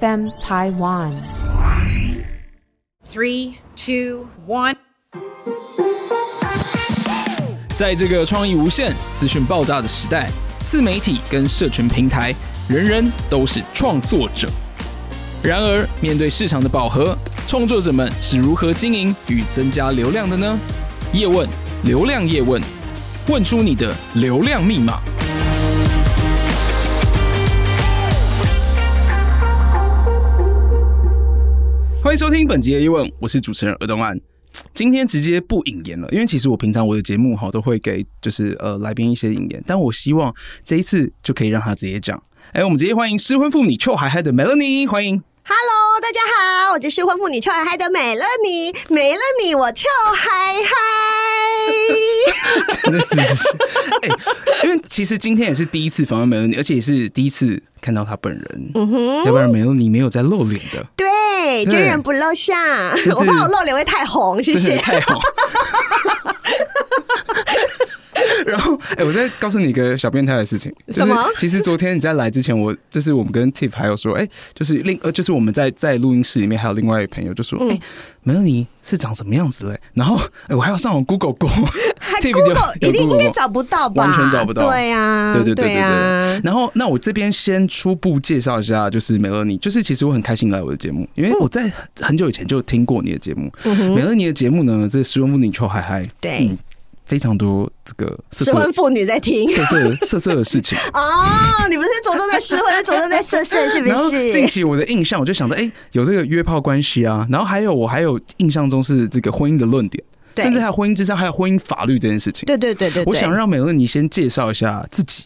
FM Taiwan. Three, two, one. 在这个创意无限、资讯爆炸的时代，自媒体跟社群平台，人人都是创作者。然而，面对市场的饱和，创作者们是如何经营与增加流量的呢？叶问，流量叶问，问出你的流量密码。欢迎收听本集的叶问，我是主持人尔东安。今天直接不引言了，因为其实我平常我的节目哈都会给就是呃来宾一些引言，但我希望这一次就可以让他直接讲。哎，我们直接欢迎失婚妇女臭海海的 Melanie，欢迎。 Hello，大家好，我就是婚妇女俏嗨嗨的美乐你，没了你我就嗨 真嗨。的是哎，因为其实今天也是第一次访问 Melanie，而且也是第一次看到她本人，嗯哼，要不然 Melanie 没有在露脸的，对，真人不露相，这我怕我露脸会太红，谢真是谢。 太好。然后，哎、我再告诉你一个小变态的事情，就是什么其实昨天你在来之前，我就是我们跟 Tip 还有说，哎、就是另呃，就是我们在在录音室里面还有另外一个朋友就说，嗯哎、梅兰妮是长什么样子嘞？然后，哎、我还要上网 Google 过还，Tip 就 Google 有一定应 Google 该过找不到吧？完全找不到啊对呀、对对对对对。啊然后，那我这边先初步介绍一下，就是美乐妮，就是其实我很开心来我的节目，因嗯为我在很久以前就听过你的节目。美乐妮的节目呢，这《十万不女臭嗨嗨》，对嗯，非常多这个色失婚色妇女在听色色色色的事 情。哦，你不是着重在失婚，是着重在色色，是不 然后近是？期我的印象，我就想到，哎、有这个约炮关系啊，然后还有我还有印象中是这个婚姻的论点，对甚至还有婚姻之上还有婚姻法律这件事情。对对对对对，我想让美乐妮先介绍一下自己。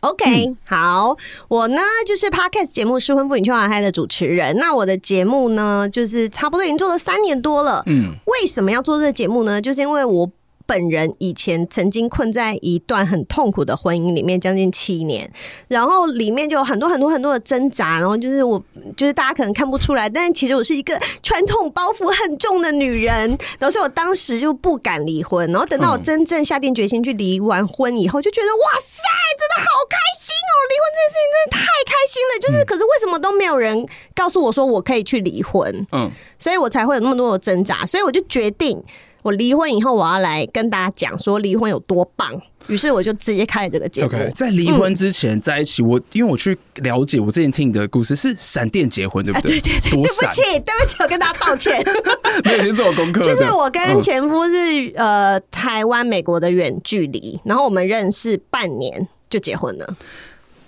OK，、好，我呢就是 Podcast 节目《失婚妇女秋晚嗨》的主持人。那我的节目呢，就是差不多已经做了三年多了。嗯，为什么要做这个节目呢？就是因为我。本人以前曾经困在一段很痛苦的婚姻里面，将近七年，然后里面就有很多很多很多的挣扎，然后就是我，就是大家可能看不出来，但其实我是一个传统包袱很重的女人，然后所以我当时就不敢离婚，然后等到我嗯真正下定决心去离完婚以后，就觉得哇塞，真的好开心哦！离婚这件事情真的太开心了，就是可是为什么都没有人告诉我说我可以去离婚？嗯，所以我才会有那么多的挣扎。所以我就决定，我离婚以后，我要来跟大家讲说离婚有多棒。于是我就直接开了这个节目。 OK，在离婚之前在一起，我因为我去了解我之前听你的故事是闪电结婚，对不啊，对？对对对，对多不闪，起，对不起，我跟大家道歉。没有去做功课的。就是我跟嗯前夫是、呃台湾、美国的远距离，然后我们认识半年就结婚了，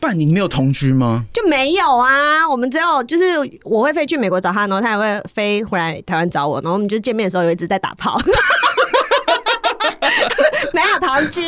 半年没有同居吗？就没有啊。我们只有就是我会飞去美国找他，然后他也会飞回来台湾找我，然后我们就见面的时候有一直在打炮， 没有唐街。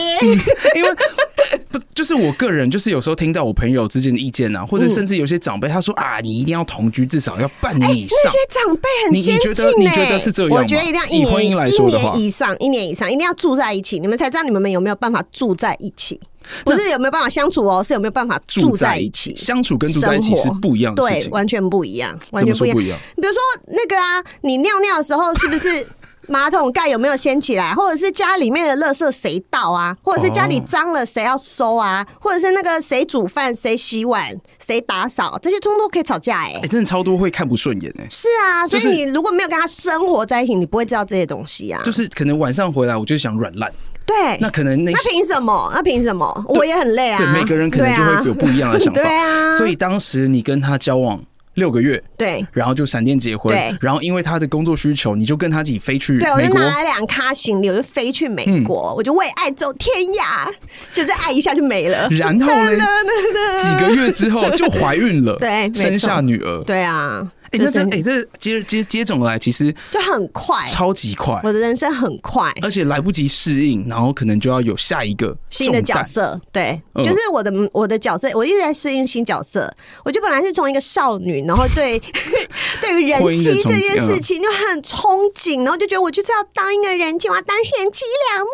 因为 不就是我个人，就是有时候听到我朋友之间的意见啊，或嗯者甚至有些长辈他说啊，你一定要同居，至少要半年以那上哎些。长辈很你你先觉进、得欸、你觉得是这样吗我觉得一定要一以婚年姻来一说的话年以上，一年以上一定要住在一起，你们才知道你们有没有办法住在一起。不是有没有办法相处哦，是有没有办法住在一起。相处跟住在一起是生活不一样的事对，情。完全不一样，完怎么全说一不样。一样？比如说那个啊，你尿尿的时候是不是 马桶盖有没有掀起来，或者是家里面的垃圾谁倒啊，或者是家里脏了谁要收啊，或者是那个谁煮饭、谁洗碗、谁打扫，这些通通都可以吵架哎、哎、真的超多会看不顺眼哎、是啊，所以就是你如果没有跟他生活在一起，你不会知道这些东西啊。就是可能晚上回来我就想软烂，对，那可能那那凭什么？那凭什么？我也很累啊。对每个人可能就会有不一样的想法。对啊，所以当时你跟他交往六个月，对然后就闪电结婚对，然后因为他的工作需求，你就跟他一起飞去对，我美就国。嗯拿了两咖行李，我就飞去美国，我就为爱走天涯，就是爱一下就没了。啊然 后呢，哒哒哒几个月之后就怀孕了， 对没错生下女儿。对啊，哎、哎、就那这是哎、这接接接踵而来，其实就很快，超级快，我的人生很快。而且来不及适应，然后可能就要有下一个新的重担角。色，对，嗯就是我的我的角色，我一直在适应新角色。我就本来是从一个少女，然后对 对于人婚姻的妻憧憬这件事情就很憧憬，然后就觉得我就是要当一个人妻，我要当贤妻良母。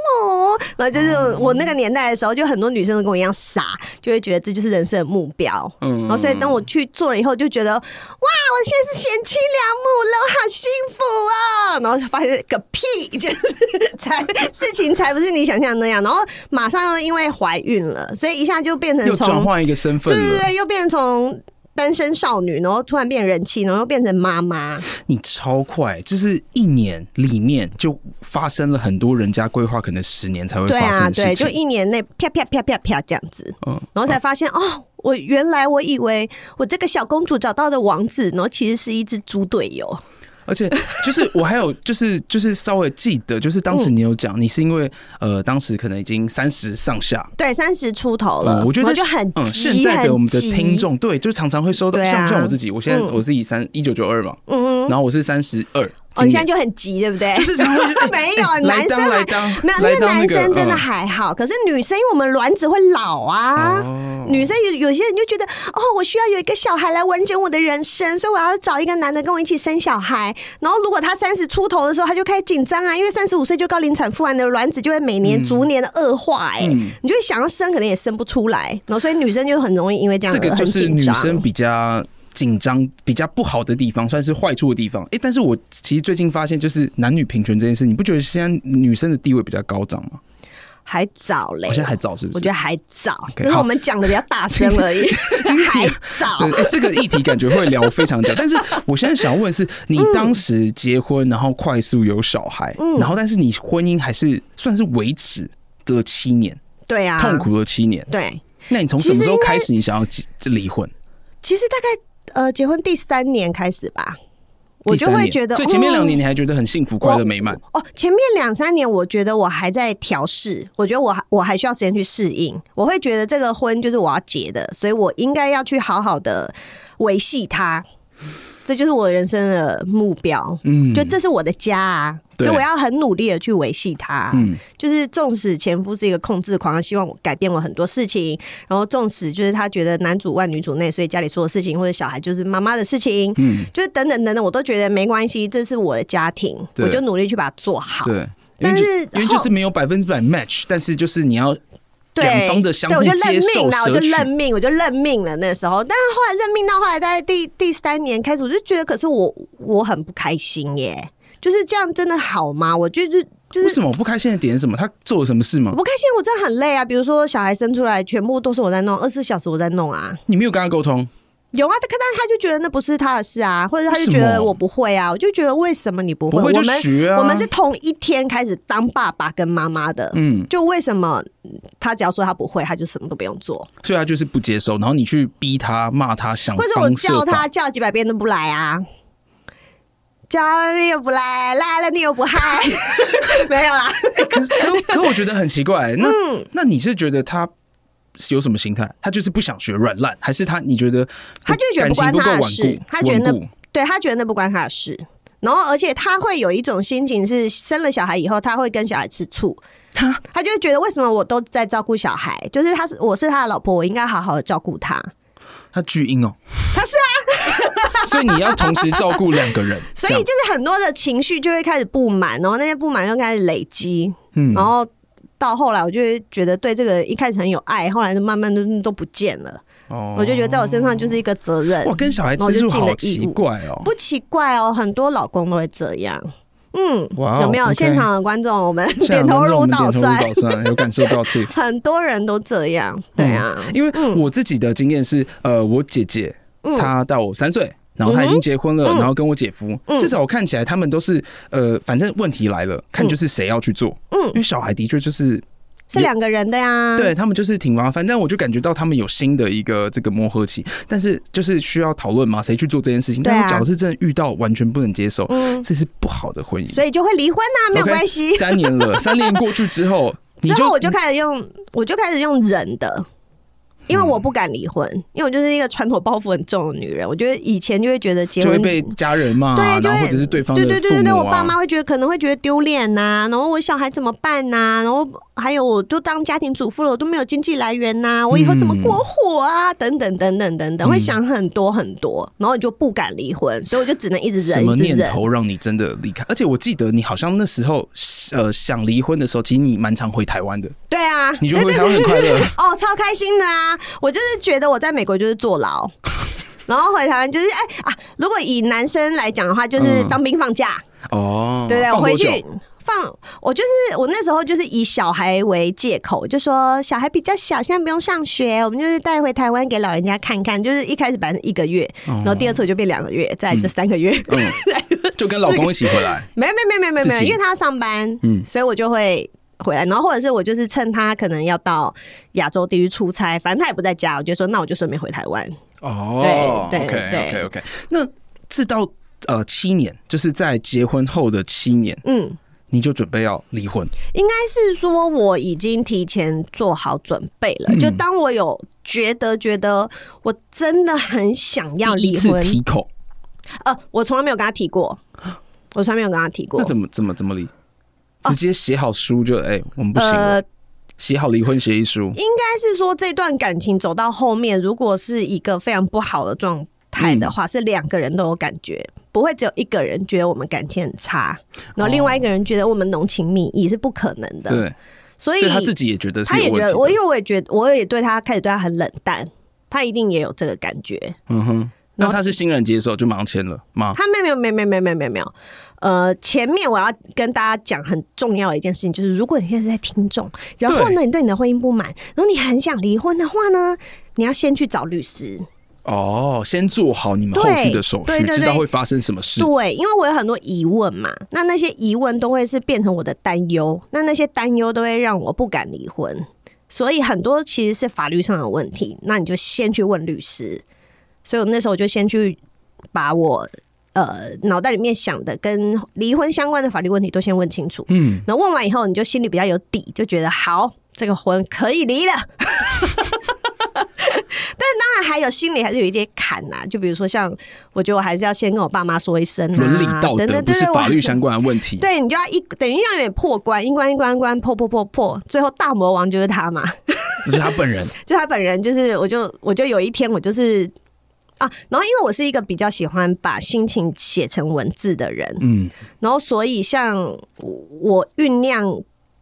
然后嗯就是我那个年代的时候，就很多女生都跟我一样傻，就会觉得这就是人生的目标。嗯然后所以当我去做了以后，就觉得哇，我现在是贤妻良母了，我好幸福啊！然后就发现个屁，就是才事情才不是你想象的那样。然后马上又因为怀孕了，所以一下就变成又转从换一个身份对对了，对，又变成从。单身少女，然后突然变人气，然后又变成妈妈，你超快，就是一年里面就发生了很多人家规划可能十年才会对发生啊，的事对，情。就一年内啪啪啪啪啪这样子，嗯，然后才发现哦，我原来我以为我这个小公主找到的王子，然后其实是一只猪队友，而且就是我还有 就是就是稍微记得，就是当嗯时你有讲，你是因为呃当时可能已经三十上下。对，三十出头了，嗯我觉得然后就很嗯，急，现在的我们的很急听，众，对，就常常会收到，对啊像像我自己，我现在嗯我自己三一九九二嘛，嗯哼，然后我是三十二，哦，你现在就很急，对不 对？就是常会 没有哎男生啊还 来当来当没来有，因为当男那个生真的嗯还好，可是女生，因为我们卵子会老啊。哦女生有有些人就觉得，哦，我需要有一个小孩来完整我的人生，所以我要找一个男的跟我一起生小孩。然后如果他三十出头的时候，他就开始紧张啊，因为三十五岁就高龄产妇啊，你的卵子就会每年逐年的恶化、哎、嗯你就会想要生，可能也生不出来。然后所以女生就很容易因为这样这个而就很是紧女张。生比较紧张、比较不好的地方，算是坏处的地方。哎、但是我其实最近发现，就是男女平权这件事，你不觉得现在女生的地位比较高涨吗？还早嘞，好像还早，是不我是觉？得还早， OK，只是好我们讲的比较大声而 已，还早对、。诶这个议题感觉会聊非常久，但是我现在想问的是，你嗯当时结婚，然后快速有小孩，然后但是你婚姻还是算是维持了七年，对啊，痛。苦了七年。对，那你从什么时候开始你想要结离婚？其实大概呃，结婚第三年开始吧，我就第三会年觉得，所以前面两年嗯你还觉得很幸福、快乐、美满。哦，前面两三年我觉得我还在调试，我觉得我还我还需要时间去适应。我会觉得这个婚就是我要结的，所以我应该要去好好的维系它。这就是我人生的目标，嗯就这是我的家啊，对所以我要很努力的去维系它。嗯就是纵使前夫是一个控制狂，希望我改变我很多事情，然后纵使就是他觉得男主外女主内，所以家里所有事情或者小孩就是妈妈的事情，嗯，就是等等等等，我都觉得没关系，这是我的家庭，对我就努力去把它做好。对，但因为就是因为后就是没有百分之百 match，但是就是你要对，两方的相对互我就认接命受啦，我舍就认取。命，我就认命了。那时候，但是后来认命到后来，大概第第三年开始，我就觉得，可是我我很不开心耶，就是这样真的好吗？我就是就为是什么我不开心的点是什么？他做了什么事吗我？不开心，我真的很累啊。比如说小孩生出来，全部都是我在弄，二十四小时我在弄啊。你没有跟他沟通，有啊，但但他就觉得那不是他的事啊，或者他就觉为什得么我不会啊，我就觉得为什么你不会？不会就我们学啊我们是同一天开始当爸爸跟妈妈的，嗯，就为什么他只要说他不会，他就什么都不用做，所以他啊就是不接受，然后你去逼他、骂他、想或者我方设叫法 他。叫几百遍都不来啊。叫了你又不来，来了你又 不嗨，没有啦。可是可可我觉得很奇怪，那嗯那你是觉得他？有什么心态？他就是不想学软烂，还是他你觉得他就觉得感不情关不够他稳的固事？，他觉得稳固那对他觉得那不关他的事。然后，而且他会有一种心情是，生了小孩以后，他会跟小孩吃醋，他就会觉得为什么我都在照顾小孩，就是他是我是他的老婆，我应该好好的照顾他。他巨婴哦，他是啊，所以你要同时照顾两个人， 所这以样就是很多的情绪就会开始不满，然后那些不满又开始累积，嗯然后到后来我就会觉得对这个一开始很有爱，后来就慢慢都都不见了，哦我就觉得在我身上就是一个责任。哇，跟小孩然后吃就醋尽了好义奇务怪哦，不奇怪哦，很多老公都会这样。嗯，哇哦有没有 OK 现场的观众？我们 现点场头观众我如们点捣头如蒜，捣蒜，有感受到这一点。 很多人都这样。对啊，因为我自己的经验是，呃，我姐姐嗯她大我三岁。然后她已经结婚了，然后跟我姐夫，嗯至少我看起来他们都是呃，反正问题来了，看就是谁要去做。嗯，因为小孩的确就是是两个人的呀。对他们就是挺麻烦，但我就感觉到他们有新的一个这个磨合期，但是就是需要讨论嘛，谁去做这件事情。对啊但是假如是真的遇到完全不能接受，嗯这是不好的婚姻。所以就会离婚啊呐、没有 OK，关系。三年 了，三年过去之后，你之就后我就开始用，我就开始用忍的，因为我不敢离婚，因为我就是一个传统包袱很重的女人。我觉得以前就会觉得结就婚会被家人骂、对啊，就然后会或者是对方的对父母、对啊、对对对，我爸妈会觉得可能会觉得丢脸呐，然后我小孩怎么办呐、然后还有我就当家庭主妇了，我都没有经济来源呐、我以后怎么过活嗯啊？等等等等等等，会想很多很多，然后你就不敢离婚，所以我就只能一直什忍，么一直念忍。头让你真的离开？而且我记得你好像那时候，呃，想离婚的时候，其实你蛮常回台湾的，对啊，你就对回对台湾很快乐。 哦，超开心的啊！我就是觉得我在美国就是坐牢，然后回台湾就是哎、啊，如果以男生来讲的话，就是嗯当兵放假，哦，对对，我放回多久去。放我就是我那时候就是以小孩为借口，就说小孩比较小，现在不用上学，我们就是带回台湾给老人家看看。就是一开始本来是一个月，然后第二次我就变两个月，再来就三个月，哦嗯 再来就就跟老公一起回来。没有没有没有没有没有，自己因为他要上班，嗯所以我就会回来，然后或者是我就是趁他可能要到亚洲地区出差，反正他也不在家，我就说那我就顺便回台湾。哦，对对 OK 对 OK OK。那直到呃七年，就是在结婚后的七年，嗯，你就准备要离婚。应该是说我已经提前做好准备嗯了，就当我有觉得觉得我真的很想要第一离次婚，提口，呃，我从来没有跟他提过， 我从来没有跟他提过啊那。怎么怎么怎么离？直接写好书就哎、我们不行了，呃，写好离婚协议书。应该是说这段感情走到后面，如果是一个非常不好的状态的嗯话，是两个人都有感觉，不会只有一个人觉得我们感情很差，然后另外一个人觉得我们浓情蜜意是不可能的。对，所以所以他自己也觉得是他有也问题觉的。得我，因为我也觉得我也对他开始对他很冷淡，他一定也有这个感觉。嗯哼，那他是欣然接受，就马上签了吗？他没有没有没有没有没有没有没有。呃，前面我要跟大家讲很重要的一件事情，就是如果你现在是在听众，然后呢你对你的婚姻不满，然后你很想离婚的话呢，你要先去找律师。哦，先做好你们后对续的手对续，对知道对会发生什么事。对，因为我有很多疑问嘛，那那些疑问都会是变成我的担忧，那那些担忧都会让我不敢离婚，所以很多其实是法律上的问题，那你就先去问律师。所以我那时候我就先去把我呃脑袋里面想的跟离婚相关的法律问题都先问清楚，嗯，然后问完以后你就心里比较有底，就觉得好，这个婚可以离了。 但还有心里还是有一些坎呐、就比如说像，我觉得我还是要先跟我爸妈说一声、啊，伦理道等德等不是法律相。对对我关的问题。对，你就要一等于要有点破关，一关一关一关破破破破，最后大魔王就是他嘛，就是他本人。就他本人就是，我就我就有一天我就是啊，然后因为我是一个比较喜欢把心情写成文字的人，嗯，然后所以像我我酝酿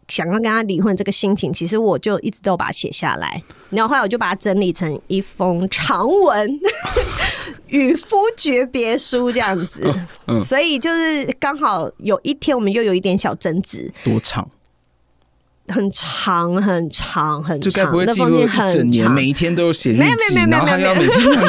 想要跟他离婚这个心情，其实我就一直都把它写下来，然后后来我就把它整理成一封长文 与夫诀别书这样子，嗯所以就是刚好有一天我们又有一点小争执，多长？很长很长很就该长不，会那记封录信一整很年，长。每一天都有写日没有记，没有没然有后还没要有每没有天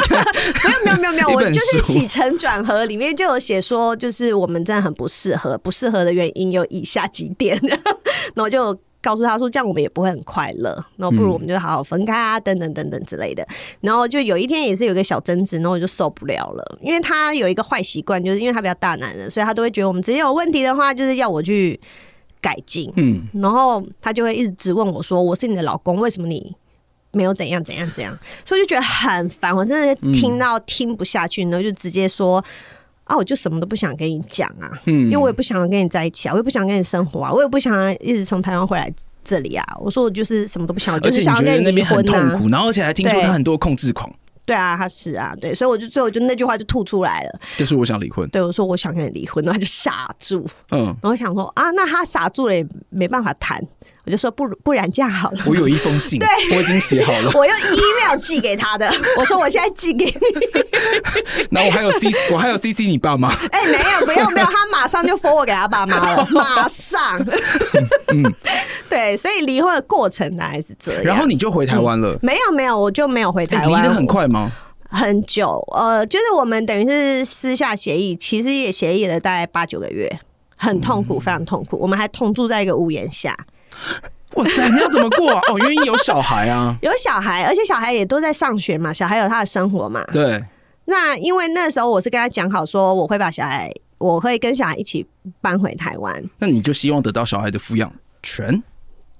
看看。没有没有没有， 一我本就是书起承转合里面就有写说，就是我们真的很不适合，不适合的原因有以下几点， 然后就。告诉他说，这样我们也不会很快乐，然后不如我们就好好分开啊，等等等等之类的。然后就有一天也是有一个小争执，然后我就受不了了，因为他有一个坏习惯，就是因为他比较大男人，所以他都会觉得我们之间有问题的话，就是要我去改进。嗯，然后他就会一直质问我说：“我是你的老公，为什么你没有怎样怎样怎样？”所以我就觉得很烦，我真的嗯听到听不下去，然后就直接说：“啊，我就什么都不想跟你讲啊，嗯因为我也不想跟你在一起啊，我也不想跟你生活啊，我也不想一直从台湾回来这里啊。”我说：“我就是什么都不想，我而就且是你想要觉得跟那离边婚很痛啊。苦，然后而且还听说对他很多控制狂，”对啊，他是啊，对，所以我就最后就那句话就吐出来了。就是我想离婚。对我说：“我想跟你离婚。”然后他就傻住，嗯，然后我想说：“啊，那他傻住了也没办法谈。”我就说：“不如不然这样好了。”我有一封信，我已经写好了，我用 email 寄给 他的，我说我现在寄给你。然后我还有 C，我 还有 CC 你爸妈。哎、没有，不用，没有，他马上就 forward 给他爸 妈了，马上。 对，所以离婚的过程大概是这样。嗯然后你就回台湾了，没有没有，我就没有回哎台离湾，得很快吗？很久。呃，就是我们等于是私下协议，其实也协议了大概八九个月，很痛嗯苦，非常痛苦。我们还同住在一个屋檐下，哇塞，你要怎么过啊？哦，因为你有小孩啊，有小孩，而且小孩也都在上学嘛，小孩有他的生活嘛。 对，那因为那时候我是跟他讲好说，我会把小孩，我会跟小孩一起搬回台湾。那你就希望得到小孩的抚养权，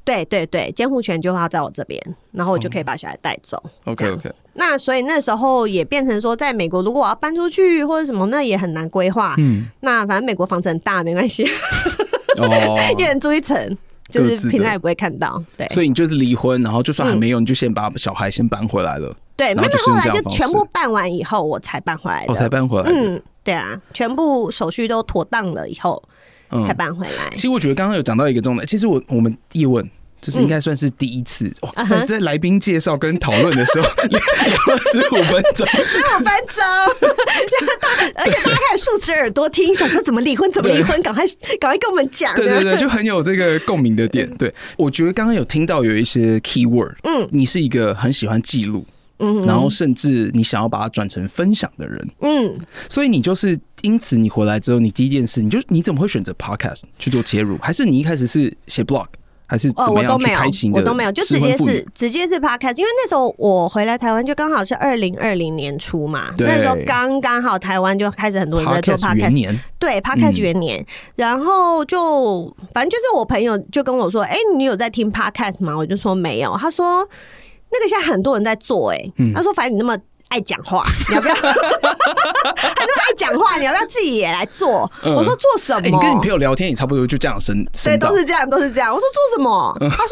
对对对，监护权就要在我这边，然后我就可以把小孩带走。 OK OK，那所以那时候也变成说，在美国如果我要搬出去或者什么，那也很难规划。嗯，那反正美国房子很大，没关系，哦，一人住一层，就各自是的平常也不会看到。对所以你就是离婚，然后就算还没有，你就先把小孩先搬回来了，对，然后没有就是后这来样就的方全部式办完以后，我才搬回来的。哦，才搬回来的。嗯，对啊，全部手续都妥当了以后嗯才搬回来。其实我觉得刚刚有讲到一个重点，其实我我们叶问。就是应该算是第一次、哇，在在来宾介绍跟讨论的时候聊了十五分钟，十五分 钟，而且大家开始竖直耳朵听，想说怎么离婚，怎么离婚，赶快赶快跟我们讲。啊对对对，就很有这个共鸣的点。对，我觉得刚刚有听到有一些 key word，嗯，你是一个很喜欢记录，嗯，然后甚至你想要把它转成分享的人，嗯，所以你就是因此你回来之后，你第一件事，你就你怎么会选择 podcast 去做切入？还是你一开始是写 blog，还是哦，怎么我样都去没有开启，你的我都没有，就失直婚接妇女是直接是 podcast，因为那时候我回来台湾就刚好是二零二零年初嘛，对那时候刚刚好台湾就开始很多人在做 podcast 元 podcast，年，对 podcast 嗯元年，然后就反正就是我朋友就跟我说，哎、你有在听 podcast 吗？我就说没有，他说那个现在很多人在做、哎、嗯他说反正你那么。爱讲 话，你要不要？ 他那么爱讲话，你要不要自己也来做？嗯我说做什么？哎，你跟你朋友聊天也差不多就这样声，对，声道都是这样，都是这样。我说做什么？嗯他说。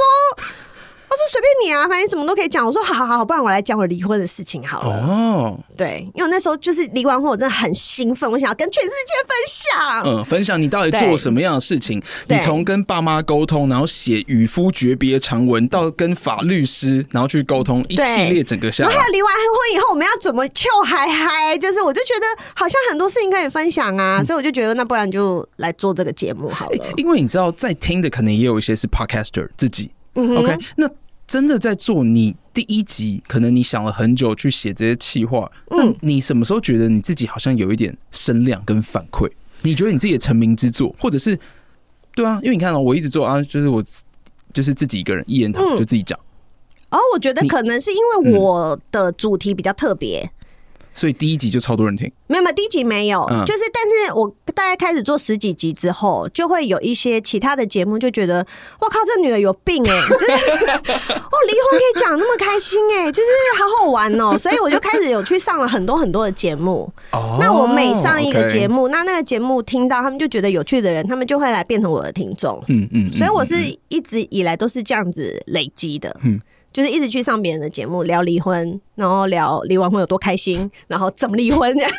他说随便你啊，反正什么都可以讲。我说好好好，不然我来讲我离婚的事情好了。哦，对，因为我那时候就是离完婚，我真的很兴奋，我想要跟全世界分享。嗯，分享你到底做了什么样的事情？你对从跟爸妈沟通，然后写与夫诀别长文，到跟法律师，然后去沟通，一对系列整个下然后来还。有离完婚以后，我们要怎么秀嗨嗨？就是我就觉得好像很多事情可以分享嗯啊，所以我就觉得那不然就来做这个节目好了。因为你知道，在听的可能也有一些是 podcaster 自己。OK，那嗯真的在做你第一集，可能你想了很久去写这些企划，嗯那你什么时候觉得你自己好像有一点声量跟反馈？你觉得你自己的成名之作，或者是对啊？因为你看哦，我一直做啊，就是我就是自己一个人一言堂嗯就自己讲，哦，我觉得可能是因为我的主题比较特别，所以第一集就超多人听。没有，没有，第一集没有，嗯就是但是我大概开始做十几集之后，就会有一些其他的节目就觉得，我靠，这女儿有病 哎、就是哦，离婚可以讲那么开心哎、就是好好玩哦、所以我就开始有去上了很多很多的节目。哦那我每上一个 OK 节，目那那个节目听到他们就觉得有趣的人，他们就会来变成我的听众。嗯嗯，嗯所以我是一直以来都是这样子累积的，嗯，就是一直去上别人的节目聊离婚，然后聊离完婚有多开心，然后怎么离婚这样。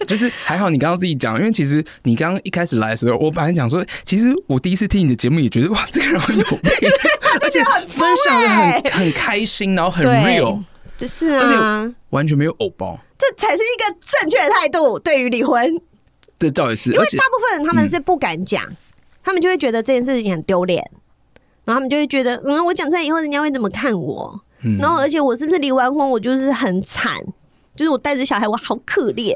就是还好你刚刚自己讲，因为其实你刚刚一开始来的时候，我本来想说，其实我第一次听你的节目也觉得哇，这个人很有病， 而且分享的很很开心，然后很对 real，就是而啊，完全没有偶包，这才是一个正确的态度对于离婚，因这倒也是，而为且嗯大部分人他们是不敢讲，他们就会觉得这件事情很丢脸，然后他们就会觉得，嗯，我讲出来以后人家会怎么看我？嗯然后而且我是不是离完婚我就是很惨？就是我带着小孩，我好可怜。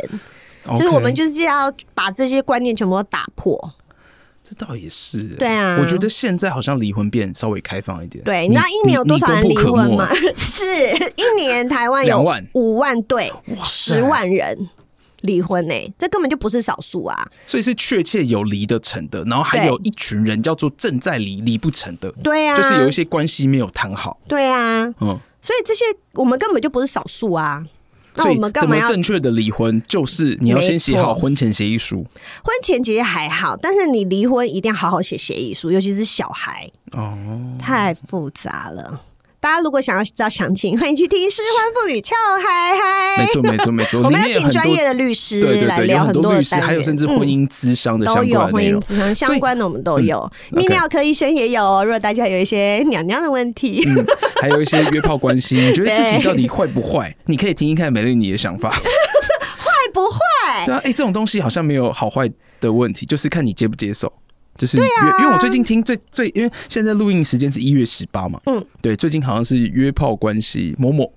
就是我 OK 们就是要把这些观念全部都打破。这倒也是，对啊我觉得现在好像离婚变稍微开放一点，对，你知道一年有多少人离婚？吗你你？ 是一年台湾有两万五万对，哇塞十万人离婚呢、欸这根本就不是少数啊！ 所以是确切有离得成的，然后还对有一群人叫做正在离离不成的，对啊，就是有一些关系没有谈好，对啊，嗯。所以这些我们根本就不是少数啊。那所我以们干怎嘛么要正确的离婚？就是你要先写好婚前协议书婚前其实还好，但是你离婚一定要好好写协议书，尤其是小孩，哦。太复杂了。大家如果想要知道详情，欢迎去听《失婚妇女俏嗨嗨》。没错，没错，没 错。我里们要面有请很专多业的律师对对来对，有聊很很多的律师，单元嗯还有甚至婚姻咨商的都相有关的婚内姻容。咨商所相以关的我们都有，嗯，OK 泌尿科医生也有哦。如果大家有一些尿尿的问题，嗯还有一些约炮关系，你觉 得自己对到底坏不坏？你可以听一看美丽你的想法。会不会？对啊，哎、这种东西好像没有好坏的问题，就是看你接不接受。就是约，啊因为我最近听最最，因为现在录音时间是一月十八嘛，嗯，对，最近好像是约炮关系某某，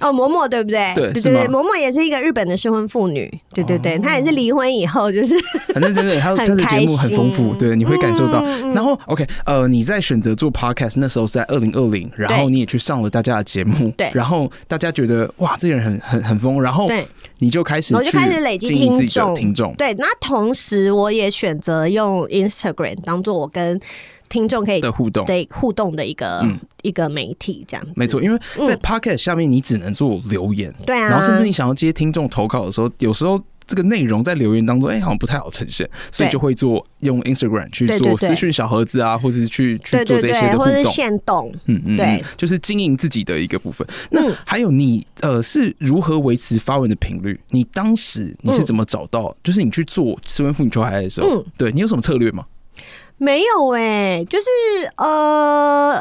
哦，嬷嬷对不对？对对是对吗哦对，嬷嬷也是一个日本的失婚妇女，对对对，她也是离婚以后就是反正真的，他很他的节开目很丰富，心对，你会感受到。嗯嗯然后，OK，呃，你在选择做 podcast 那时候是在二零二零，然后对你也去上了大家的节目，对然后大家觉得哇，这个人很很很疯，然后对你就开始 我就去开始累积经营自听己的众，听众，对，那同时我也选择用 Instagram 当做我跟听众可以的互动。对互动的一个、嗯一个媒体这样子。没错，因为在嗯 Podcast 下面你只能做留言，对啊，然后甚至你想要接听众投稿的时候，有时候这个内容在留言当中，哎、好像不太好呈现，所以对就会做用 Instagram 去对对做对私讯小盒子啊，或者是去去对做对这些对，的互或者是动。限动，嗯嗯，嗯对，就是经营自己的一个部分。那嗯还有你呃是如何维持发文的频率？你当时你是怎么找到？就是你去做失温妇女球海的时候，嗯对你有什么策略吗？没有哎、就是呃，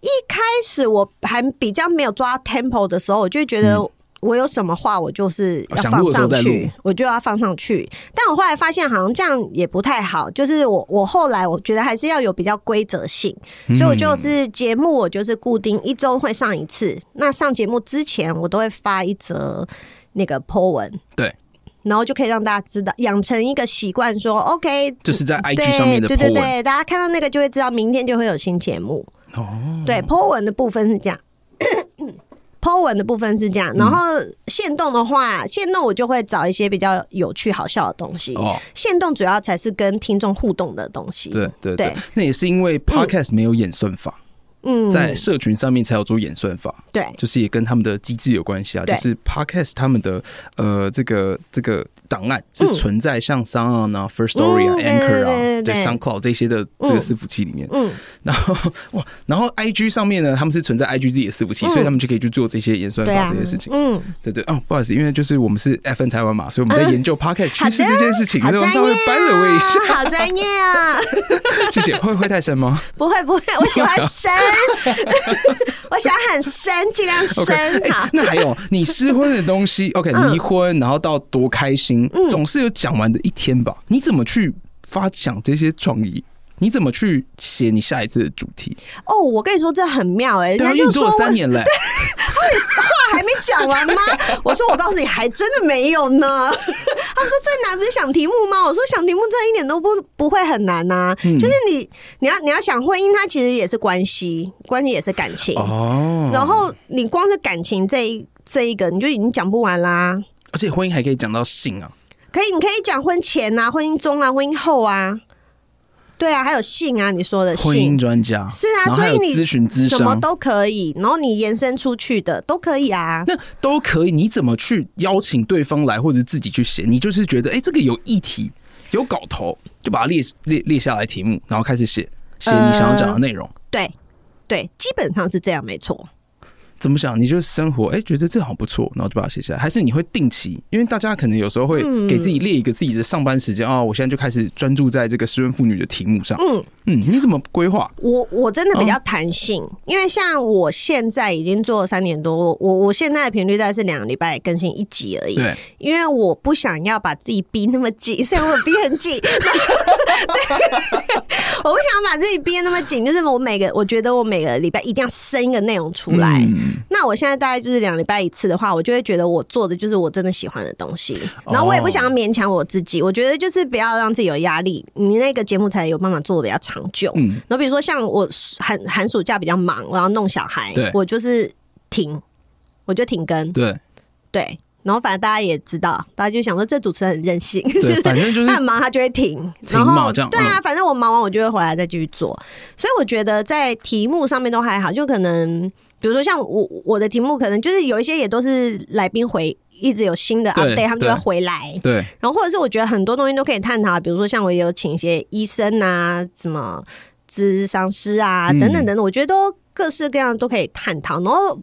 一开始我还比较没有抓 tempo 的时候，我就觉得嗯哦我有什么话，我就是要想放录的时候再上去录，我就要放上去。但我后来发现好像这样也不太好，就是我我后来我觉得还是要有比较规则性，嗯所以我就是节目我就是固定一周会上一次，那上节目之前我都会发一则那个 po 文，对。然后就可以让大家知道，养成一个习惯，说 OK，就是在 IG 嗯对上面的对 po 对文对，大家看到那个就会知道明天就会有新节目。哦，对，po 文的部分是这样。Po 文的部分是嗯这样，然后限动的话，限动我就会找一些比较有趣好笑的东西。哦，限动主要才是跟听众互动的东西。对对对对，那也是因为 Podcast 没有演算法，嗯，在社群上面才有做演算法，对就是也跟他们的机制有关系啊。就对是 Podcast 他们的呃这个这个档案是嗯存在像 s o n 啊、First Story 啊、嗯对 Anchor 啊、对对对对对 SoundCloud 这些的这个伺服器里面。嗯，然后哇，然后 IG 上面呢，他们是存在 IG 自己的伺服器，嗯所以他们就可以去做这些演算对法啊这些事，情。嗯，对对，哦，不好意思，因为就是我们是 FN 台湾嘛，所以我们在研究 Podcast 趋好势的这件事情，好所以我专稍微业啊 by the way 一下， 啊，好专业 啊！谢谢，会会太深吗？不会不会，我喜欢深， 我喜欢很深，尽量 OK，深哎好，那还有你失婚的东 西，OK，嗯离婚，然后到多开心，总是有讲完的一天吧？你怎么去发想这些创意？你怎么去写你下一次的主题？哦，我跟你说这很妙哎、人对啊，家因为就你做说了我三年嘞、 话还没讲完吗？ 我说我告诉你，还真的没有呢。 他们说最难不是想题目吗？我说想题目这一点都不不会很难呐、嗯就是你你要你要想婚姻，它其实也是关系，关系也是感情。哦，然后你光是感情这一这一个，你就已经讲不完啦。而且婚姻还可以讲到性啊，可以，你可以讲婚前啊、婚姻中啊、婚姻后啊，对啊，还有性啊，你说的婚姻性。专家是啊，然后所还有以你咨询咨什么商。都可以，然后你延伸出去的都可以啊。那都可以，你怎么去邀请对方来，或者自己去写？你就是觉得，哎、这个有议题，有搞头，就把它列列列下来题目，然后开始写写你想要呃讲的内容。对，对，基本上是这样，没错。怎么想？你就生活，哎、觉得这好像不错，然后就把它写下来。还是你会定期？因为大家可能有时候会嗯给自己列一个自己的上班时间啊、哦，我现在就开始专注在这个失婚妇女的题目上。嗯嗯，你怎么规划？我我真哦的比较弹性，因为像我现在已经做了三年多，我我我现在的频率大概是两个礼拜更新一集而已。对，因为我不想要把自己逼那么紧，虽然我逼很紧， 我不想把自己逼得那么紧，就是我每个我觉得我每个礼拜一定要生一个内容出来。嗯那我现在大概就是两礼拜一次的话，我就会觉得我做的就是我真的喜欢的东西，哦然后我也不想要勉强我自己。我觉得就是不要让自己有压力，你那个节目才有办法做的比较长久。嗯然后比如说像我寒寒暑假比较忙，我要弄小孩对，我就是停，我就停更，对对。然后反正大家也知道，大家就想说这主持人很任性， 对，反正就是他很忙，他就会停，停然嘛后这样嗯对啊，反正我忙完我就会回来再继续做，所以我觉得在题目上面都还好，就可能比如说像我我的题目，可能就是有一些也都是来宾回一直有新的对 update，他们就对会回来，对然后或者是我觉得很多东西都可以探讨，比如说像我也有请一些医生啊，什么智商师啊嗯等等等等，我觉得都各式各样都可以探讨，然后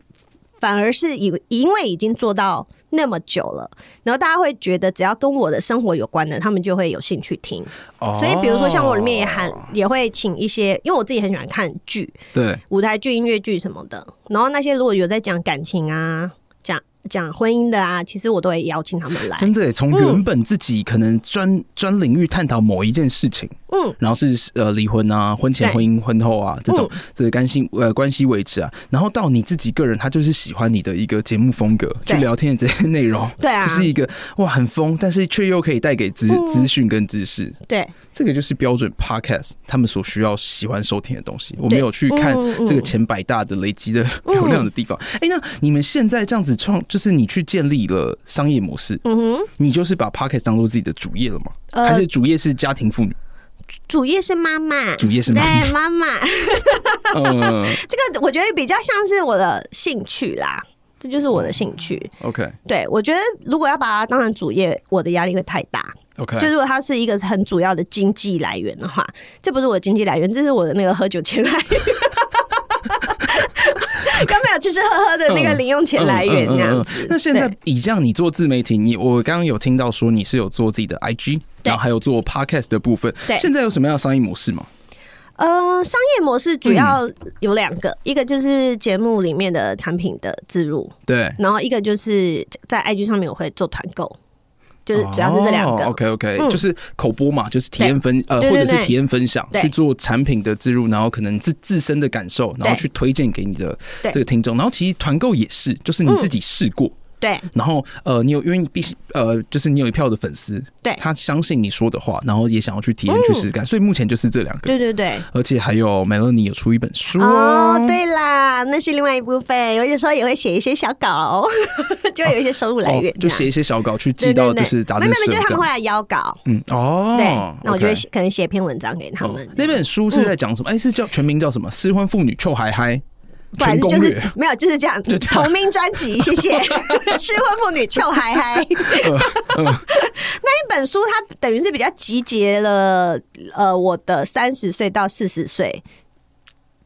反而是以因为已经做到那么久了，然后大家会觉得只要跟我的生活有关的，他们就会有兴趣听。哦所以比如说像我里面也很也会请一些，因为我自己很喜欢看剧，对舞台剧、音乐剧什么的，然后那些如果有在讲感情啊，讲讲婚姻的啊，其实我都会邀请他们来。真的耶，从嗯原本自己可能专专、领域探讨某一件事情，嗯，然后是呃离婚啊、婚前、对婚姻、婚后啊这种，嗯这个关系呃关系维持啊，然后到你自己个人，他就是喜欢你的一个节目风格，去对聊天的这些内容， 对啊就是一个哇很疯，但是却又可以带给资嗯资讯跟知识，对。这个就是标准 podcast 他们所需要喜欢收听的东西。我没有去看嗯嗯这个前百大的累积的 流量的地方。哎、那你们现在这样子创，就是你去建立了商业模式，嗯哼，你就是把 podcast 当做自己的主业了吗？呃 还是主业是家庭妇女？主业是妈妈，主业是妈妈对妈 妈，嗯这个我觉得比较像是我的兴趣啦，这就是我的兴趣。 ，OK 对我觉得如果要把它当成主业，我的压力会太大。就 OK，如果它是一个很主要的经济来源的话，这不是我的经济来源，这是我的那个喝酒钱来 源。刚没有吃吃喝喝的那个零用钱来源嗯这样子。那现在对以这样你做自媒体，你我刚刚有听到说你是有做自己的 IG，然后还有做 Podcast 的部分，对现在有什么样的商业模式吗？呃，商业模式主要嗯有两个，一个就是节目里面的产品的植入，对，然后一个就是在 IG 上面我会做团购，就是哦主要是这两个。 OK OK，、嗯就是口播嘛，就是体验分呃，对对或者是对体验分享，对去做产品的植入，然后可能自自身的感受，然后去推荐给你的对嗯这个听众。然后其实团购也是，就是你自己试过。对然后，呃，你有因为你必须，呃，就是你有一票的粉丝，对嗯他相信你说的话，然后也想要去体验、去试试看，所以目前就是这两个，对对对。而且还有美乐你有出一本书哦，对啦，那是另外一部分。有些时候也会写一些小稿， 就会有一些收入来源哦，就这写样一些小稿去寄对对到对就是杂没志有没社有，就是他这们会样，来邀稿，嗯，哦，对，那我就 OK 会哦写可能写篇文章给他们。嗯那本书是在讲什么？哎、是叫全名叫什么？失婚妇女臭嗨嗨不全然攻就是略。没有，就是这样。就这样同名专辑，谢 谢。失婚妇女臭嗨嗨。嗯那一本书，它等于是比较集结了呃我的三十岁到四十岁，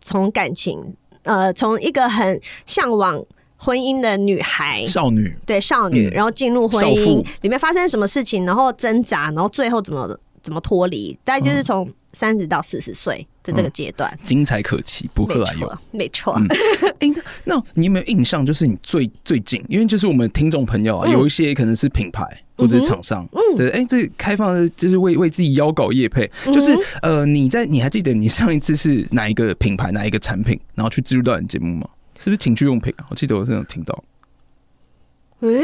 从感情呃从一个很向往婚姻的女孩。少女 对少女，嗯然后进入婚少妇姻，里面发生什么事情，然后挣扎，然后最后怎么怎么脱离，大概就是嗯从三十到四十岁的这个阶段。精彩可期，不嗯没克啊来有。错，没错。哎、那那你有没有印象？就是你最最近，因为就是我们听众朋友啊，嗯有一些可能是品牌或者是厂商，对，哎、这开放的就是为为自己邀稿业配，嗯就是呃，你在你还记得你上一次是哪一个品牌哪一个产品，然后去植入到你节目吗？是不是情趣用品啊？我记得我真的有听到，诶、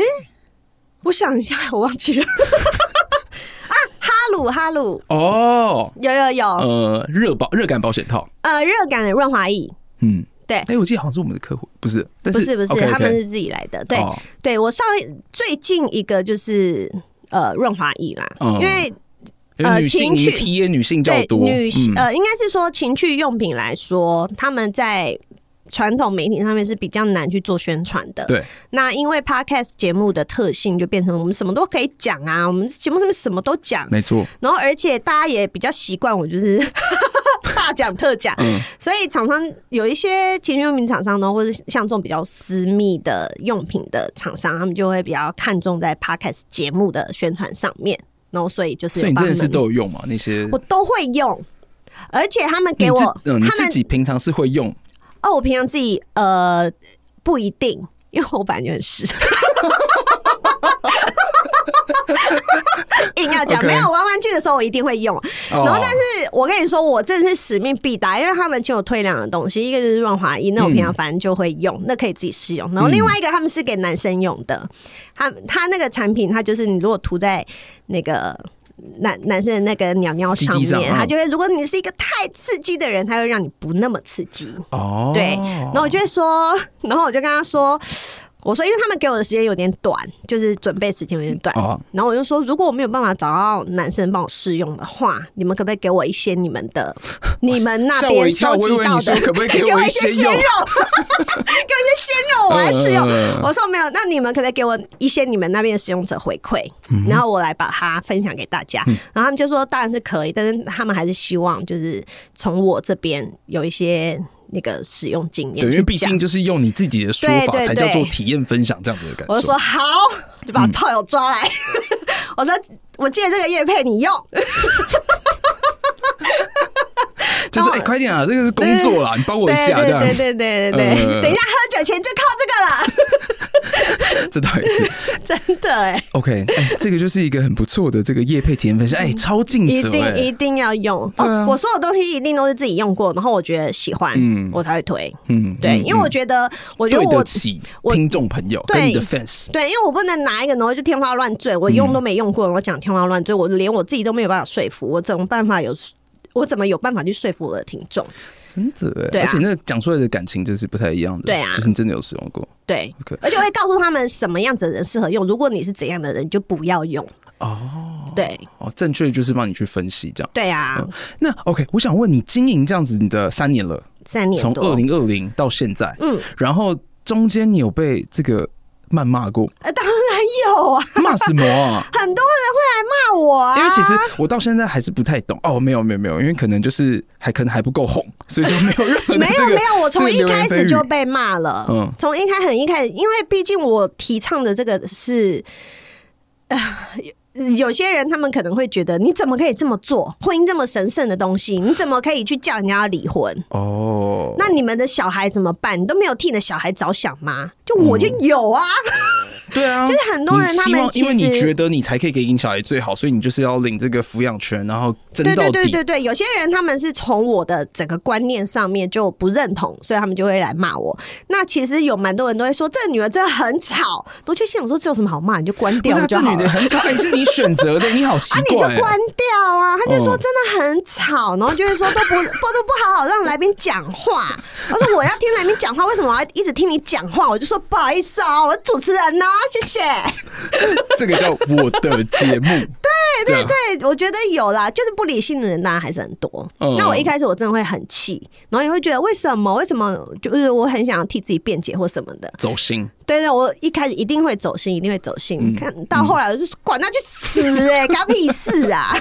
我想一下，我忘 记了啊，哈鲁哈鲁，哦，有有有，呃，热保热感保险套，呃，热感的润滑液，嗯，对哎、我记得好像是我们的客户，不是，但不是是不是 OK，OK 他们是自己来的，对、哦对，我上一最近一个就是呃润滑液啦，嗯因为因为呃女性情趣你体验女性较对多，女、嗯呃应该是说情趣用品来说，他们在。传统媒体上面是比较难去做宣传的，对，那因为 podcast 节目的特性，就变成我们什么都可以讲啊，我们节目上面什么都讲，啊没错，然后而且大家也比较习惯我就是 大讲特讲，嗯所以厂商有一些情趣用品厂商呢，或者像这种比较私密的用品的厂商，他们就会比较看重在 podcast 节目的宣传上面，然后所以就是所以有你帮真的是忙都有用嘛？那些我都会用。而且他们给你我自，嗯，你他自们己平常是会用，哦，我平常自己呃不一定，因为我本来就 很湿。硬要讲 OK 没有玩玩具的时候我一定会用，哦然后但是我跟你说，我真的是使命必达，因为他们就有推两个东西，一个就是润滑液，那我平常反正就会用，那可以自己试用。嗯然后另外一个他们是给男生用的，他他那个产品，它就是你如果涂在那个。男男生的那个鸟鸟上鸡鸡上面，嗯他就会。如果你是一个太刺激的人，他会让你不那么刺激。哦，对，然后我就会说， 然后我就跟他说，我说因为他们给我的时间有点短，就是准备时间有点短，哦然后我就说，如果我没有办法找到男生帮我试用的话，你们可不可以给我一些你们 的，你们那吓我边一跳收集我以为到你说的，可不可以给 给我我一一些些鲜肉，用给 我一些鲜肉，我来试嗯用。我说没有，那你们可不可以给我一些你们那边的使用者回馈，嗯然后我来把它分享给大家？然后他们就说当然是可以，但是他们还是希望就是从我这边有一些那个使用经验。对，因为毕竟就。就是用你自己的说法对对才叫做对体验分享这样子的感受。我就说好，就把炮友抓来。 我说我借这个叶配 你用，就是哎，快点啊，这个是工作啦，你帮我一下这对样。对对对对对，呃等一下喝酒前就靠 这倒也是这个了， 真的哎、 OK，哎，这个就是一个很不错的这个业配体验分享，哎，超尽一责定一哎，定要用、哦！我所有东西一定都是自己用过，然后我觉得喜欢，我才会推。嗯，对，嗯因为我觉得，我觉得对我得起我听众朋友对跟你的 fans，对，因为我不能拿一个，然后就天花乱坠，我嗯用都没用过，然后讲天花乱坠，我连我自己都没有办法说服，我怎么办法有？我怎么有办法去说服我的听众？真的哎，对而啊且那讲出来的感情就是不太一样的，对啊就是你真的有使用过。对 OK 而且我会告诉他们什么样子的人适合用。如果你是怎样的人，你就不要用。哦嗯对哦，正确就是帮你去分析这样。对啊，那 OK，我想问你，经营这样子你的三年了，三年从多二，零二零到现在，嗯，然后中间你有被这个谩骂 过？呃，当然有啊，骂什么啊？很多人会来骂我啊，因为其实我到现在还是不太懂哦，没有没有没有，因为可能就是还可能还不够红，所以说没有任何的 没有这个没有，我从这个一流言开蜚始语就被骂了。嗯从一开很一开始，因为毕竟我提倡的这个是， 呃，有有些人他们可能会觉得你怎么可以这么做？婚姻这么神圣的东西，你怎么可以去叫人家要离婚？哦，那你们的小孩怎么办？你都没有替你的小孩着想吗？就我就有啊，嗯对啊， 就是很多人你他希们望其因为你实觉得你才可以给你小孩最好，所以你就是要领这个抚养权，然后争对到对底。对对对，有些人他们是从我的整个观念上面就不认同，所以他们就会来骂我。那其实有蛮多人都会说，这女儿真的很吵，我就心想说，这有什么好骂？你就关不掉是、啊、就这好女的了。很吵，也是你选择的，你好奇啊，你就怪、欸。关掉啊！他就说嗯真的很吵，然后就会说都不 不都不好好让来宾讲话。我说我要听来宾讲话，为什么我要一直听你讲话？我就说不好意思哦，我是主持人哦，谢谢。这个叫我的节目。对对对， 对，我觉得有啦，就是不理性的人当然还是很多。嗯那我一开始我真的会很气，然后也会觉得为什么？为什么？就是我很想要替自己辩解或什么的。走心。对对，我一开始一定会走心，一定会走心。嗯看到后来我就说管他去 死哎、欸，干屁事啊！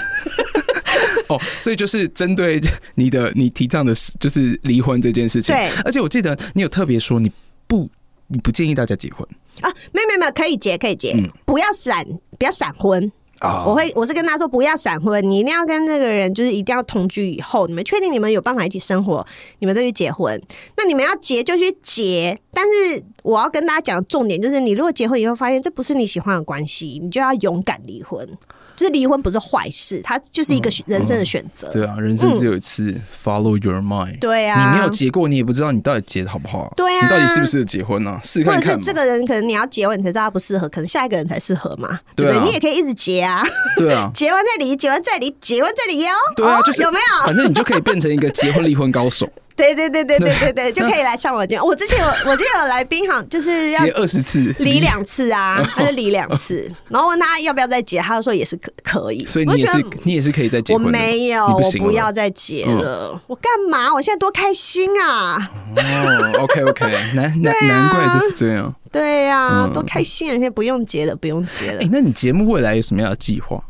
哦，所以就是针对你的你提倡的是就是离婚这件事情。对而且我记得你有特别说你不你不建议大家结婚啊，没有没有没有，可以结可以结，嗯不要闪，不要闪婚。啊我会，我是跟他说不要闪婚，你一定要跟那个人，就是一定要同居以后，你们确定你们有办法一起生活，你们再去结婚。那你们要结就去结，但是我要跟大家讲重点就是，你如果结婚以后发现这不是你喜欢的关系，你就要勇敢离婚。就是离婚不是坏事，它就是一个选人生的选择。对啊，人生只有一次、f o l l o w your mind。呃嗯对啊，嗯你没有结过，你也不知道你到底结的好不好。对啊你到底适不适合结婚呢、啊？试或看者是看嘛。这个人可能你要结婚你才知道他不适合，可能下一个人才适合嘛，对不对啊对？你也可以一直结啊。对 啊，结完再离，结完再离，结完再离哦。对啊，哦就是有没有？反正你就可以变成一个结婚离婚高手，对对对对对对 对，就可以来上我节目。我之前有我之前有来宾，好像就是 要结二哦十次离，两次啊，他就离两 次，然后问他要不要再结，他就说也是可可以。所以我你就也觉得是你也是可以再结我婚的。没有，你不我行不了嗯要再结了。我干嘛？我现在多开心啊！哦，OK OK，难 难、难怪就是这样。对呀、嗯多开心啊！现在不用结了，不用结了哎、。那你节目未来有什么样的计划？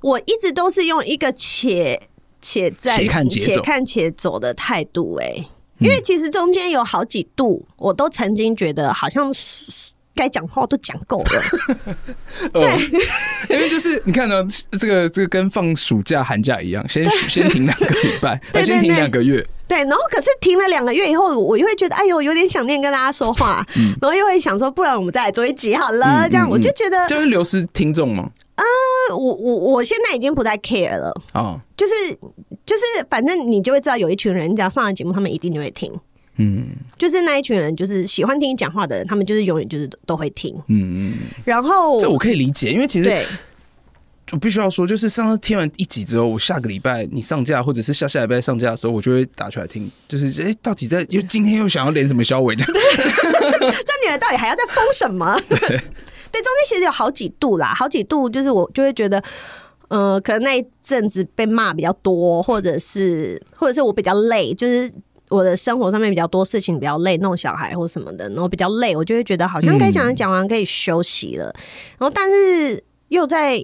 我一直都是用一个且且在且看且嗯走看且走的态度、哎，因为其实中间有好几度，我都曾经觉得好像该讲话都讲够了， 哦，因为就是你看呢，这个这个跟放暑假寒假一样，先先停两个礼 拜，呃对对先停对两个月，对，然后可是停了两个月以后，我又会觉得哎呦有点想念跟大家说话，然后又会想说不然我们再来做一集好嗯了，嗯这样我嗯就觉得就会流失听众嘛。呃我我我现在已经不太 care 了，哦，就是就是反正你就会知道有一群人，你只要上了节目，他们一定就会听。嗯就是那一群人，就是喜欢听你讲话的人，他们就是永远就是都会听。嗯嗯，然后这我可以理解，因为其实对我必须要说，就是上次听完一集之后，我下个礼拜你上架，或者是下下礼拜上架的时候，我就会打出来听，就是哎、诶到底在又今天又想要连什么消尾这样？ 这女的到底还要再封什么？对，中间其实有好几度啦，好几度就是我就会觉得。呃，可能那一阵子被骂比较多，或者是，或者是我比较累，就是我的生活上面比较多事情，比较累，弄小孩或什么的，然后比较累，我就会觉得好像该讲的讲完，可以休息了。然后，但是又在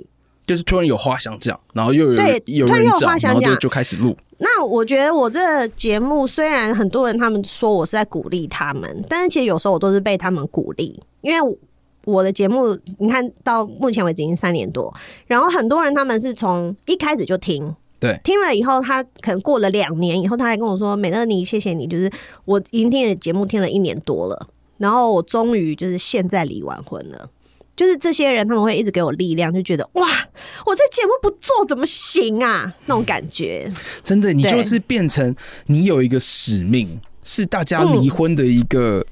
就是突然有话想讲，然后又有对有突然人有话讲，然想后就讲就开始录。那我觉得我这节目虽然很多人他们说我是在鼓励他们，但是其实有时候我都是被他们鼓励，因为我我的节目你看到目前为止已经三年多，然后很多人他们是从一开始就听。对听了以后，他可能过了两年以后，他来跟我说：“美乐你，谢谢你，就是我已经听你的节目听了一年多了，然后我终于就是现在离完婚了。”就是这些人他们会一直给我力量，就觉得哇，我这节目不做怎么行啊？那种感觉。真的，你对就是变成你有一个使命，是大家离婚的一个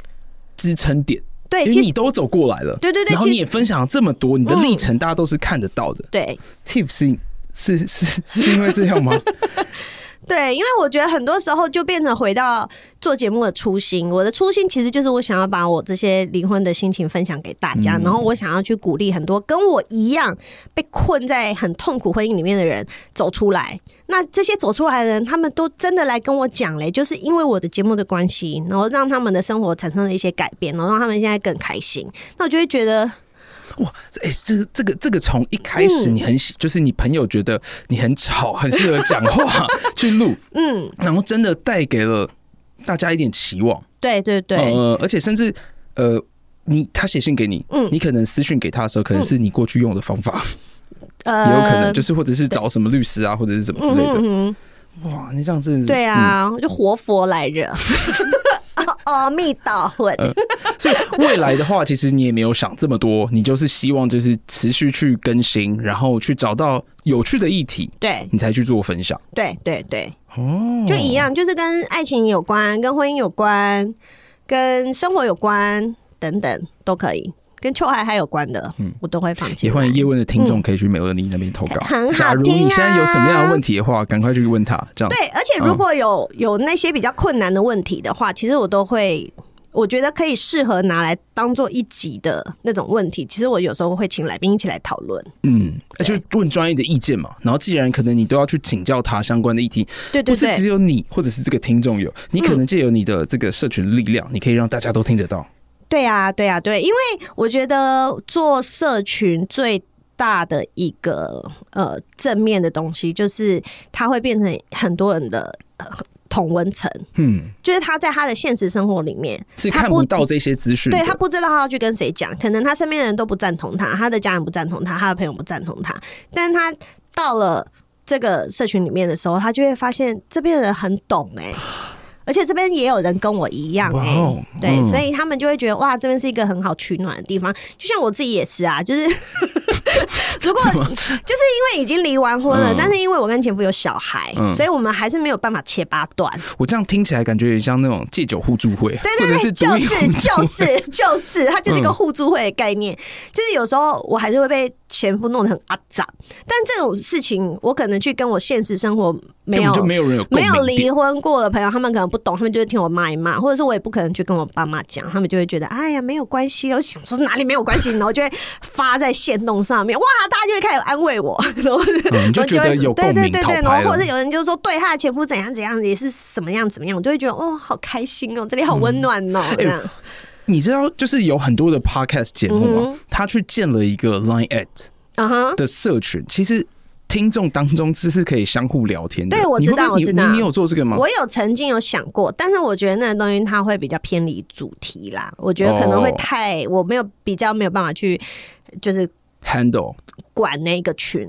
支撑点，对，因嗯哎其为实你都走过来了，对对对然后其实你也分享了这么多，你的历程大家都是看得到的。对 Tips 是是是是因为这样吗？对，因为我觉得很多时候就变成回到做节目的初心。我的初心其实就是我想要把我这些离婚的心情分享给大嗯家，然后我想要去鼓励很多跟我一样被困在很痛苦婚姻里面的人走出来。那这些走出来的人，他们都真的来跟我讲嘞，就是因为我的节目的关系，然后让他们的生活产生了一些改变，然后让他们现在更开心。那我就会觉得，哇，哎、这个这个这个从一开始你很喜，嗯就是你朋友觉得你很吵，很适合讲 话去录，嗯，然后真的带给了大家一点期望。对对对，呃，而且甚至呃，你他写信给你，嗯你可能私讯给他的时候，可能是你过去用的方法，呃， 也有可能就是或者是找什么律师啊，或者是什么之类的。嗯嗯哇，你这样真的是对啊，嗯就活佛来着。 阿弥陀佛，嗯 所以未来的话，其实你也没有想这么多，你就是希望就是持续去更新，然后去找到有趣的议题，对你才去做分享。对对对，哦，就一样，就是跟爱情有关，跟婚姻有关，跟生活有关等等都可以，跟秋海还有关的，我都会放嗯弃。也欢迎叶问的听众可以去美乐妮那边投稿。很好假如你听啊现在有什么样的问题的话，赶快去问他。这样对，而嗯且如果有、有那些比较困难的问题的话，其实我都会，我觉得可以适合拿来当做一集的那种问题。其实我有时候会请来宾一起来讨论。嗯，就问专业的意见嘛。然后既然可能你都要去请教他相关的议题，对对不是对，只有你或者是这个听众有，你可能借由你的这个社群力量，你可以让大家都听得到。对啊，对啊，对，因为我觉得做社群最大的一个呃正面的东西，就是它会变成很多人的、呃、同温层，嗯，就是他在他的现实生活里面是他看不不到这些资讯的。对他不知道他要去跟谁讲，可能他身边的人都不赞同他，他的家人不赞同他，他的朋友不赞同他，但是他到了这个社群里面的时候，他就会发现这边的人很懂哎、而且这边也有人跟我一样哇哎、哦对，嗯所以他们就会觉得哇，这边是一个很好取暖的地方。就像我自己也是啊，就是 如果 就是因为已经离完婚了，嗯但是因为我跟前夫有小孩，嗯所以我们还是没有办法切八段。我这样听起来感觉也像那种戒酒互助嗯会，对或者对对，是就独立是互助就会是就是，它就是一个互助会的概念。就是有时候我还是会被前夫弄得很阿杂，但这种事情我可能去跟我现实生活没根有本就没有人有共没有鸣离点。婚过的朋友，他们可能不懂，他们就会听我骂一骂，或者是我也不可能去跟我爸妈讲，他们就会觉得哎呀没有关系了。我想说哪里没有关系，然后就会发在线动上面，哇，大家就会开始安慰 我，然后嗯，你就我觉会得有共对对鸣，对讨对，拍然后或者了是有人就说对她的前夫怎样怎样，也是什么样怎么样，我就会觉得哦，好开心哦，这里好温暖哦，这样你知道，就是有很多的 podcast 节目嗯啊，他去建了一个 Line at 啊哈，的社群，其实听众当中这是可以相互聊天的。对我你知会不会道我你知道你你有做这个吗？我有曾经有想过，但是我觉得那个东西它会比较偏离主题啦，我觉得可能会哦太我没有比较没有办法去就是 handle。管那个群，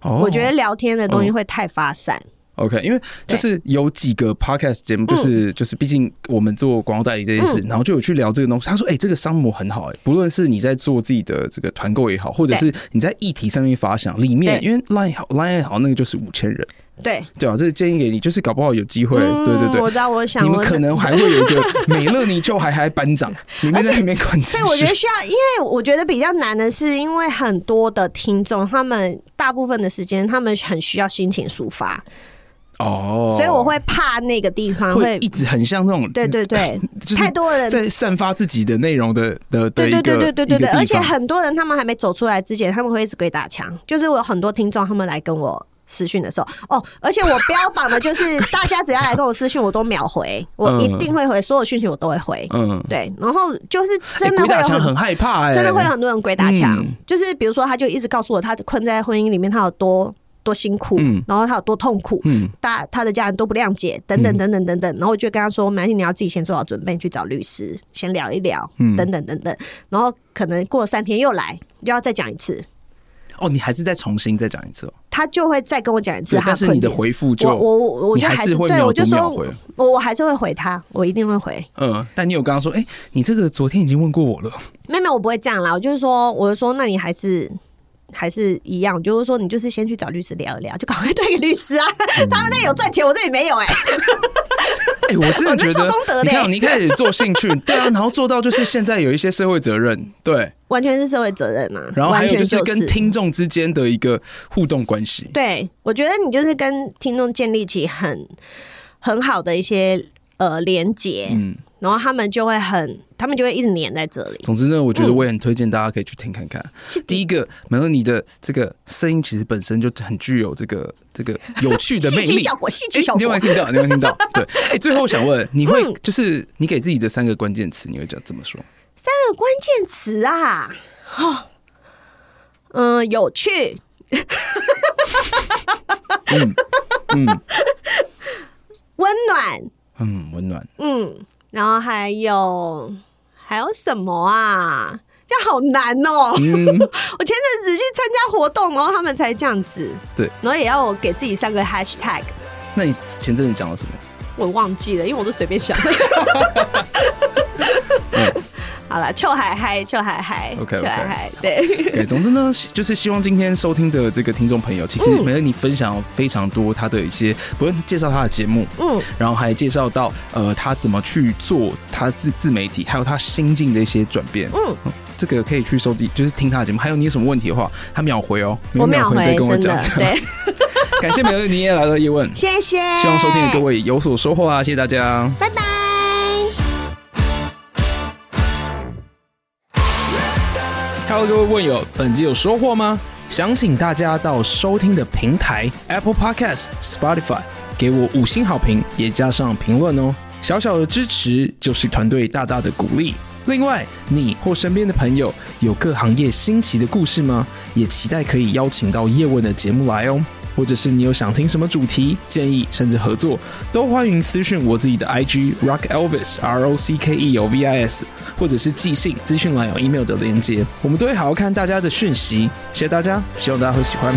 哦我觉得聊天的东西嗯会太发散， OK，因为就是有几个 podcast 节目，嗯就是就是，毕竟我们做广告代理这件事，然后就有去聊这个东西。他说：“哎、这个商模很好、哎，不论是你在做自己的这个团购也好，或者是你在议题上面发想，里面对因为 Line 好 Line 好，那个就是五千人，对，对吧、这个建议给你，就是搞不好有机会，嗯对对对我。知道，我想你们我可那能还会有一个美乐尼就还还班 长，你们在里面管秩序所以我觉得需要，因为我觉得比较难的是，因为很多的听众，他们大部分的时间，他们很需要心情抒发，哦，所以我会怕那个地方会会一，直很像那种对对对， 就是太多人。在散发自己的内容的的的对一个对对对对对一个对，地而且方很多人他们还没走出来之前，他们会一直鬼打墙。就是我有很多听众，他们来跟我私讯的时候，哦，而且我标榜的就是大家只要来跟我私讯，我都秒回，我一定会回，所有讯息我都会回。嗯，对，然后就是真的鬼会打有墙很欸很害怕、哎，真的会有很多人鬼打墙，嗯就是比如说，他就一直告诉我他困在婚姻里面，他有多多辛苦，嗯然后他有多痛苦，嗯大他的家人都不谅解，等等等等等等。然后我就跟他说，没关系，你要自己先做好准备，去找律师先聊一聊，嗯等等等等。然后可能过了三天又来，又要再讲一次，哦，你还是再重新再讲一次哦。他就会再跟我讲一次对，他但的是困你的境回复就我我我我你就还还是是会对秒我就读秒说回，我我还是会回他，我一定会回。嗯，但你有刚刚说，哎、你这个昨天已经问过我了，妹妹，我不会这样啦，我就是说，我就说，那你还是还是一样，我就是说，你就是先去嗯欸找律师聊一聊，就赶快对给律师啊，他们那里有赚钱，我这里没有哎、哎，我真的觉我在做得功德，你嘞看，你一开始做兴趣， 对啊，然后做到就是现在有一些社会责任，对，完全是社会责任啊。然后还完有全就是是跟听众之间的一个互动关系，对，我觉得你就是跟听众建立起很很好的一些呃连接，嗯，然后他们就会很，他们就会一直黏在这里。总之呢，我觉得我也很推荐大家可以去听看看。嗯是第一个，门洛你的这个声音其实本身就很具有这个这个有趣的戏魅剧力。效果，戏哎剧效你有没果有。听到？你有没有听 到？对，哎、最后我想问，你会嗯就是你给自己的三个关键词，你会讲怎么说？这个关键词啊，哦，嗯、有趣，嗯嗯温暖，嗯，温暖。嗯，然后还有还有什么啊？这样好难哦！嗯 我前阵子去参加活动，然后他们才这样子，对，然后也要我给自己三个 hashtag，那你前阵子讲了 什么？我忘记了，因为我都随便想。 好了，臭海嗨，臭海嗨嗯 OK，OK 臭海嗨，对，对，哎总之呢，希就是希望今天收听的这个听众朋友，其实嗯梅恩你分享非常多他的一些，不论介绍他的节目，嗯，然后还介绍到呃他怎么去做他自自媒体，还有他心境的一些转变。嗯，这个可以去收集，就是听他的节目。还有你有什么问题的话，他秒回哦，你我秒秒回再回，跟我真讲的。，对， 感谢美乐你也来到叶问， 希谢谢，希望收听的各，位有所收获啊，谢谢大家。拜拜。 Hello，各位问友，本集有收获吗？想请大家到收听的平台 Apple Podcast、Spotify 给我五星好评，也加上评论哦。小小的支持就是团队大大的鼓励。另外，你或身边的朋友有各行业新奇的故事吗？也期待可以邀请到叶问的节目来哦。或者是你有想听什么主题、建议，甚至合作，都欢迎私讯我自己的 IG Rock Elvis R O C K E L V I S，或者是寄信资讯栏有 email 的连接，我们都会好好看大家的讯息。谢谢大家，希望大家会喜欢，